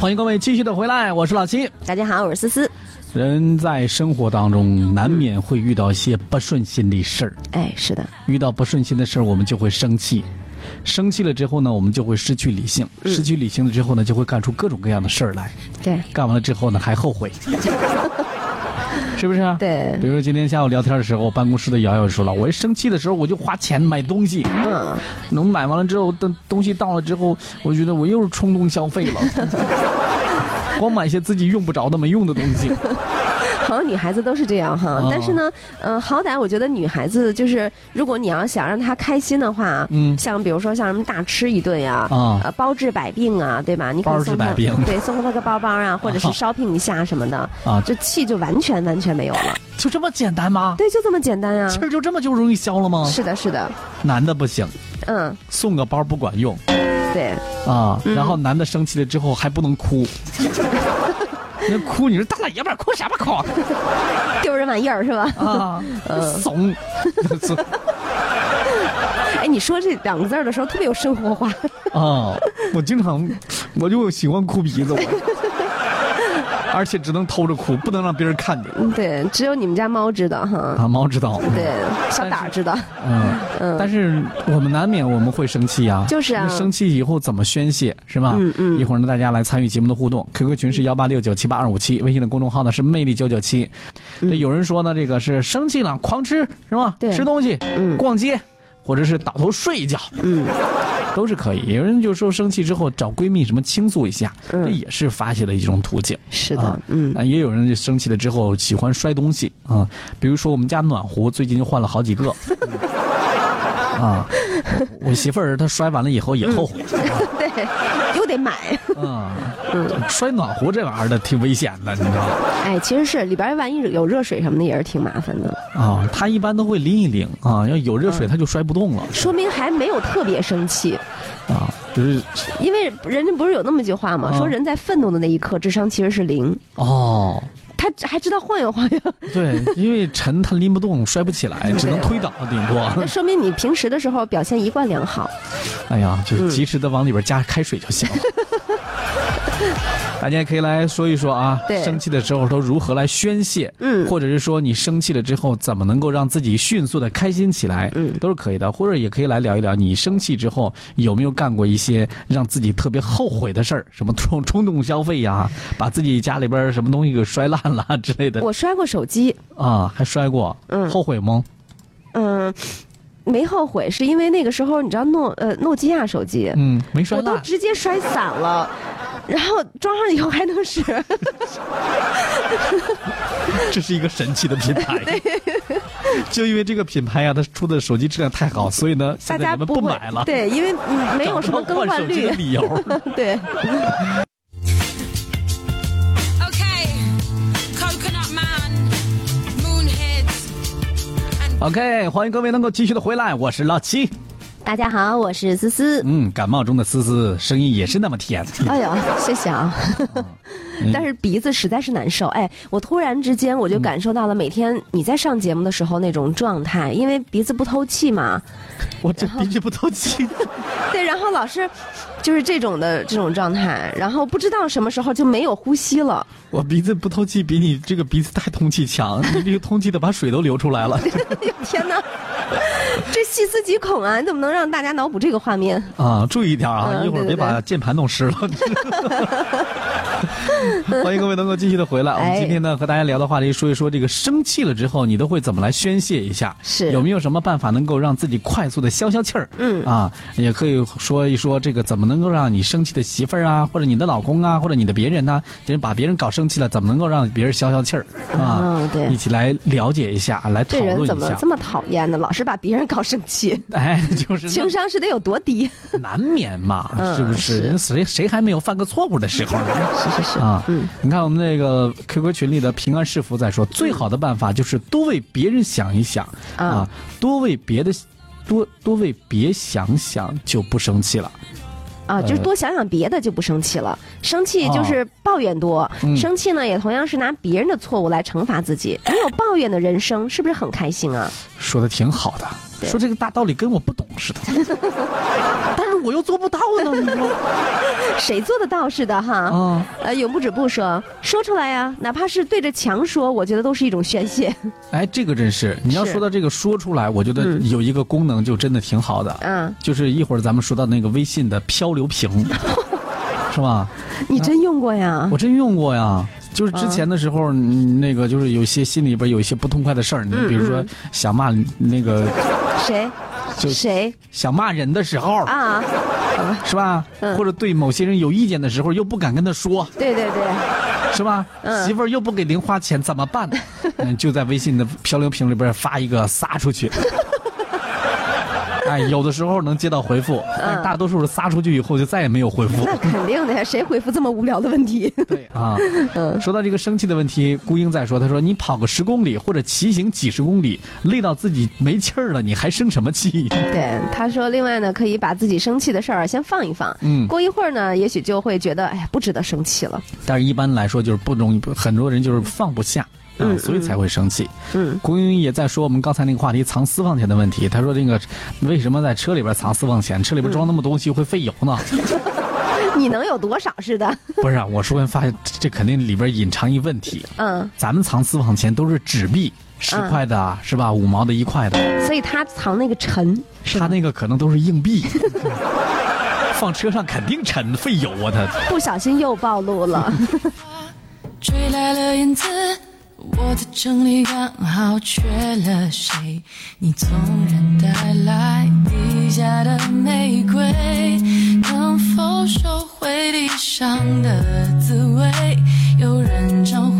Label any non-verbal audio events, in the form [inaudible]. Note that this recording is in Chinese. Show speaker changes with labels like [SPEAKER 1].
[SPEAKER 1] 欢迎各位继续的回来，我是老七。
[SPEAKER 2] 大家好，我是思思。
[SPEAKER 1] 人在生活当中难免会遇到一些不顺心的事儿，
[SPEAKER 2] 哎，是的，
[SPEAKER 1] 遇到不顺心的事儿，我们就会生气。生气了之后呢，我们就会失去理性，失去理性了之后呢，就会干出各种各样的事儿来。
[SPEAKER 2] 嗯对，
[SPEAKER 1] 干完了之后呢，还后
[SPEAKER 2] [laughs]
[SPEAKER 1] 悔，是不是、啊？
[SPEAKER 2] 对
[SPEAKER 1] 比如说今天下午聊天的时候，办公室的瑶瑶说了，我一生气的时候我就花钱买东西，
[SPEAKER 2] 嗯，
[SPEAKER 1] 能买完了之后，等东西到了之后，我觉得我又是冲动消费
[SPEAKER 2] [laughs]
[SPEAKER 1] 了，光买些自己用不着的没用的东西。
[SPEAKER 2] 好像女孩子都是这样哈。
[SPEAKER 1] 哦
[SPEAKER 2] 但是呢，呃，好歹我觉得女孩子就是，如果你要想让她开心的话，
[SPEAKER 1] 嗯
[SPEAKER 2] 像比如说像什么大吃一顿呀，
[SPEAKER 1] 啊
[SPEAKER 2] 呃，包治百病啊，对吧？你可
[SPEAKER 1] 包
[SPEAKER 2] 以
[SPEAKER 1] 治
[SPEAKER 2] 送她
[SPEAKER 1] 百病
[SPEAKER 2] 对，送她个包包
[SPEAKER 1] [laughs]
[SPEAKER 2] 啊，或者是 shopping 一下什么的，
[SPEAKER 1] 啊
[SPEAKER 2] 这气就完全完全没有
[SPEAKER 1] [laughs]
[SPEAKER 2] 了。
[SPEAKER 1] 就这么简单吗？
[SPEAKER 2] 对，就这么简单啊。
[SPEAKER 1] 气儿 [laughs] 就这么就容易消了吗？
[SPEAKER 2] 是的，是的，
[SPEAKER 1] 男的不行，
[SPEAKER 2] 嗯，
[SPEAKER 1] 送个包不管用
[SPEAKER 2] 对，
[SPEAKER 1] 啊。
[SPEAKER 2] 嗯
[SPEAKER 1] 然后男的生气了之后还不
[SPEAKER 2] [laughs]
[SPEAKER 1] 能哭，那哭你说大老爷们儿哭什么哭
[SPEAKER 2] 丢人玩意儿是吧？
[SPEAKER 1] 啊？
[SPEAKER 2] 呃
[SPEAKER 1] 怂，怂
[SPEAKER 2] [laughs] 哎，你说这两个字儿的时候特别有生活
[SPEAKER 1] [laughs]
[SPEAKER 2] 化。
[SPEAKER 1] 啊！我经常我就喜欢哭鼻
[SPEAKER 2] [laughs]
[SPEAKER 1] 子，我而且只能偷着哭，不能让别人看见。
[SPEAKER 2] 嗯对，只有你们家猫知道哈。
[SPEAKER 1] 啊，猫知道，
[SPEAKER 2] 对，小胆儿知道。
[SPEAKER 1] 嗯，但是我们难免我们会生气呀、
[SPEAKER 2] 就是啊
[SPEAKER 1] 那生气以后怎么宣泄是吧？
[SPEAKER 2] 嗯嗯
[SPEAKER 1] 一会儿呢，大家来参与节目的互动，QQ 群是幺八六九七八二五七，微信的公众号呢是魅力九九七。这有人说呢，这个是生气了狂吃是
[SPEAKER 2] 嗯
[SPEAKER 1] 吧？
[SPEAKER 2] 对
[SPEAKER 1] 吃东西，
[SPEAKER 2] 嗯
[SPEAKER 1] 逛街，或者是倒头睡一觉，
[SPEAKER 2] 嗯，
[SPEAKER 1] 都是可以。有人就说生气之后找闺蜜什么倾诉一下，
[SPEAKER 2] 嗯
[SPEAKER 1] 这也是发泄的一种途径。
[SPEAKER 2] 是
[SPEAKER 1] 啊
[SPEAKER 2] 的，嗯，
[SPEAKER 1] 啊也有人就生气了之后喜欢摔东西啊，比如说我们家暖壶最近就换了好几 [laughs] 个，啊，我媳妇儿她摔完了以后也后悔，
[SPEAKER 2] [laughs] 对，又得买。
[SPEAKER 1] 啊，摔暖壶这玩意儿的挺危险的，你知道吗？
[SPEAKER 2] 哎，其实是里边万一有热水什么的，也是挺麻烦的，
[SPEAKER 1] 啊，她一般都会淋一淋啊，要有热水她就摔不动了
[SPEAKER 2] 说明还没有特别生气，
[SPEAKER 1] 啊，就是
[SPEAKER 2] 因为人家不是有那么句话吗？
[SPEAKER 1] 嗯
[SPEAKER 2] 说人在愤怒的那一刻，智商其实是零。
[SPEAKER 1] 哦。
[SPEAKER 2] 他还知道晃悠晃悠， [laughs]
[SPEAKER 1] 对，因为沉她拎不动，摔不起来，只能推倒顶
[SPEAKER 2] 那
[SPEAKER 1] 多。
[SPEAKER 2] 说明你平时的时候表现一贯良好。
[SPEAKER 1] 哎呀，就是及时的往里边加开水就行了。
[SPEAKER 2] [laughs]
[SPEAKER 1] 大家可以来说一说啊，
[SPEAKER 2] 对
[SPEAKER 1] 生气的时候都如何来宣泄，
[SPEAKER 2] 嗯
[SPEAKER 1] 或者是说你生气了之后怎么能够让自己迅速的开心起来，
[SPEAKER 2] 嗯
[SPEAKER 1] 都是可以的，或者也可以来聊一聊你生气之后有没有干过一些让自己特别后悔的事儿，什么冲冲动消费呀、把自己家里边什么东西给摔烂了之类的
[SPEAKER 2] 我摔过手机，
[SPEAKER 1] 啊，还摔过，
[SPEAKER 2] 嗯
[SPEAKER 1] 后悔吗？
[SPEAKER 2] 嗯，没后悔，是因为那个时候你知道诺呃诺基亚手机，
[SPEAKER 1] 嗯，没摔
[SPEAKER 2] 我都
[SPEAKER 1] 烂，
[SPEAKER 2] 直接摔散了，然后装上以后还能
[SPEAKER 1] [laughs]
[SPEAKER 2] 使。
[SPEAKER 1] 这是一个神奇的品
[SPEAKER 2] [laughs]
[SPEAKER 1] 牌。就因为这个品牌呀、它出的手机质量太好，所以呢，
[SPEAKER 2] 大
[SPEAKER 1] 现在
[SPEAKER 2] 家
[SPEAKER 1] 人们
[SPEAKER 2] 会
[SPEAKER 1] 买了，
[SPEAKER 2] 对，因为嗯没有什么更
[SPEAKER 1] 换
[SPEAKER 2] 换
[SPEAKER 1] 手机
[SPEAKER 2] 率
[SPEAKER 1] 的，
[SPEAKER 2] [laughs]
[SPEAKER 1] 理由。
[SPEAKER 2] 对。
[SPEAKER 3] Okay, Coconut Man, Moonheads.
[SPEAKER 1] OK，欢迎各位能够继续的回来，我是老七。
[SPEAKER 2] 大家好，我是思思。
[SPEAKER 1] 嗯，感冒中的思思声音也是那么甜。
[SPEAKER 2] [laughs] 哎呀，谢谢啊！
[SPEAKER 1] 嗯
[SPEAKER 2] 但是鼻子实在是难受。哎，我突然之间我就感受到了每天你在上节目的时候那种状态，因为鼻子不透气嘛。
[SPEAKER 1] [laughs] 嗯我这鼻涕不透气。 [laughs]
[SPEAKER 2] 对，然后老是就是这种的这种状态，然后不知道什么时候就没有呼吸了。 [laughs]
[SPEAKER 1] 我鼻子不透气，比你这个鼻子太通气强，你这个通气的把水都流出来了
[SPEAKER 2] 哎天
[SPEAKER 1] [laughs]
[SPEAKER 2] 哪，这细思极恐啊！你怎么能让大家脑补这个画面？
[SPEAKER 1] 啊！注意一点啊，
[SPEAKER 2] 嗯
[SPEAKER 1] 一会儿别
[SPEAKER 2] 对对对
[SPEAKER 1] 把键盘弄湿
[SPEAKER 2] [laughs]
[SPEAKER 1] 了。欢迎各位能够继续的回来。我们
[SPEAKER 2] 哎
[SPEAKER 1] 今天呢和大家聊的话题，说一说这个生气了之后，你都会怎么来宣泄一下？
[SPEAKER 2] 是
[SPEAKER 1] 有没有什么办法能够让自己快速的消消气儿？
[SPEAKER 2] 嗯
[SPEAKER 1] 啊，也可以说一说这个怎么能够让你生气的媳妇儿啊，或者你的老公啊，或者你的别人呐、就是把别人搞生气了，怎么能够让别人消消气儿啊？
[SPEAKER 2] 嗯对
[SPEAKER 1] 一起来了解一下，来讨
[SPEAKER 2] 这
[SPEAKER 1] 论
[SPEAKER 2] 人
[SPEAKER 1] 一
[SPEAKER 2] 怎么
[SPEAKER 1] 下
[SPEAKER 2] 这。么讨厌呢？老是把别人搞生气，
[SPEAKER 1] 哎，就是 [laughs] 那
[SPEAKER 2] 情商是得有多低？
[SPEAKER 1] 难免嘛，
[SPEAKER 2] 嗯
[SPEAKER 1] 是不是？
[SPEAKER 2] 是
[SPEAKER 1] 人谁谁还没有犯个错误的时候呢？
[SPEAKER 2] 是是是
[SPEAKER 1] 啊，
[SPEAKER 2] 嗯，
[SPEAKER 1] 你看我们那个 QQ 群里的平安是福在说，最好的办法就是多为别人想一想
[SPEAKER 2] 啊
[SPEAKER 1] 啊，多为别的，多多为别想想就不生气了。
[SPEAKER 2] 啊，
[SPEAKER 1] 嗯
[SPEAKER 2] 就是多想想别的就不生气了。生气就是抱怨多，
[SPEAKER 1] 啊嗯
[SPEAKER 2] 生气呢也同样是拿别人的错误来惩罚自己。你有抱怨的人生，是不是很开心啊？
[SPEAKER 1] 说的挺好的，
[SPEAKER 2] 对
[SPEAKER 1] 说这个大道理跟我不懂
[SPEAKER 2] [laughs]
[SPEAKER 1] 似的，但是我又做不到呢，你说
[SPEAKER 2] 谁做得到似的哈？
[SPEAKER 1] 啊？
[SPEAKER 2] 呃，永不止步说说出来呀、哪怕是对着墙说，我觉得都是一种宣泄。 [laughs]
[SPEAKER 1] 哎，这个真是，你要
[SPEAKER 2] 是
[SPEAKER 1] 说到这个说出来，我觉得有一个功能就真的挺好的，
[SPEAKER 2] 嗯，
[SPEAKER 1] 就是一会儿咱们说到那个微信的漂流瓶，
[SPEAKER 2] [laughs]
[SPEAKER 1] 是吧？
[SPEAKER 2] 你真用过呀？
[SPEAKER 1] 我真用过呀，就是之前的时候，嗯那个就是有些心里边有一些不痛快的事儿，你
[SPEAKER 2] 嗯
[SPEAKER 1] 比如说想骂那个
[SPEAKER 2] 谁？
[SPEAKER 1] 就
[SPEAKER 2] 谁
[SPEAKER 1] 想骂人的时候，
[SPEAKER 2] 啊？
[SPEAKER 1] 是吧？
[SPEAKER 2] 嗯
[SPEAKER 1] 或者对某些人有意见的时候，又不敢跟他说，
[SPEAKER 2] 对对对，
[SPEAKER 1] [laughs] 是吧？
[SPEAKER 2] 嗯
[SPEAKER 1] 媳妇儿又不给零花钱，怎么办？嗯，就在微信的漂流瓶里边发一个撒出去。哎，有的时候能接到回复，但大多数是撒出去以后就再也没有回复
[SPEAKER 2] [laughs] 那肯定的呀，谁回复这么无聊的问题？ [laughs]
[SPEAKER 1] 啊。说到这个生气的问题，孤英在说，他说你跑个十公里或者骑行几十公里，累到自己没气儿了，你还生什么气？
[SPEAKER 2] 对，他说，另外呢，可以把自己生气的事儿先放一放，
[SPEAKER 1] 嗯
[SPEAKER 2] 过一会儿呢，也许就会觉得，哎呀，不值得生气了。
[SPEAKER 1] 但是一般来说就是不容易，很多人就是放不下。啊，所以才会生气。
[SPEAKER 2] 嗯，
[SPEAKER 1] 郭英也在说我们刚才那个话题藏私房钱的问题。他说：“这个为什么在车里边藏私房钱？车里边装那么多东西会费油
[SPEAKER 2] [laughs]
[SPEAKER 1] 呢？
[SPEAKER 2] 你能有多少似的？
[SPEAKER 1] 不是、啊，我说完发现这肯定里边隐藏一问题。
[SPEAKER 2] 嗯，
[SPEAKER 1] 咱们藏私房钱都是纸币，十
[SPEAKER 2] 嗯
[SPEAKER 1] 块的啊、是吧？五毛的、一块的，
[SPEAKER 2] 所以他藏那个沉，是
[SPEAKER 1] 他
[SPEAKER 2] 吧？
[SPEAKER 1] 那个可能都是硬币， [laughs] 放车上肯定沉，费油啊！他
[SPEAKER 2] 不小心又暴露了。
[SPEAKER 4] 吹来了燕子，我的城里刚好缺了谁。你从人带来地下的玫瑰，能否收回地上的滋味？有人常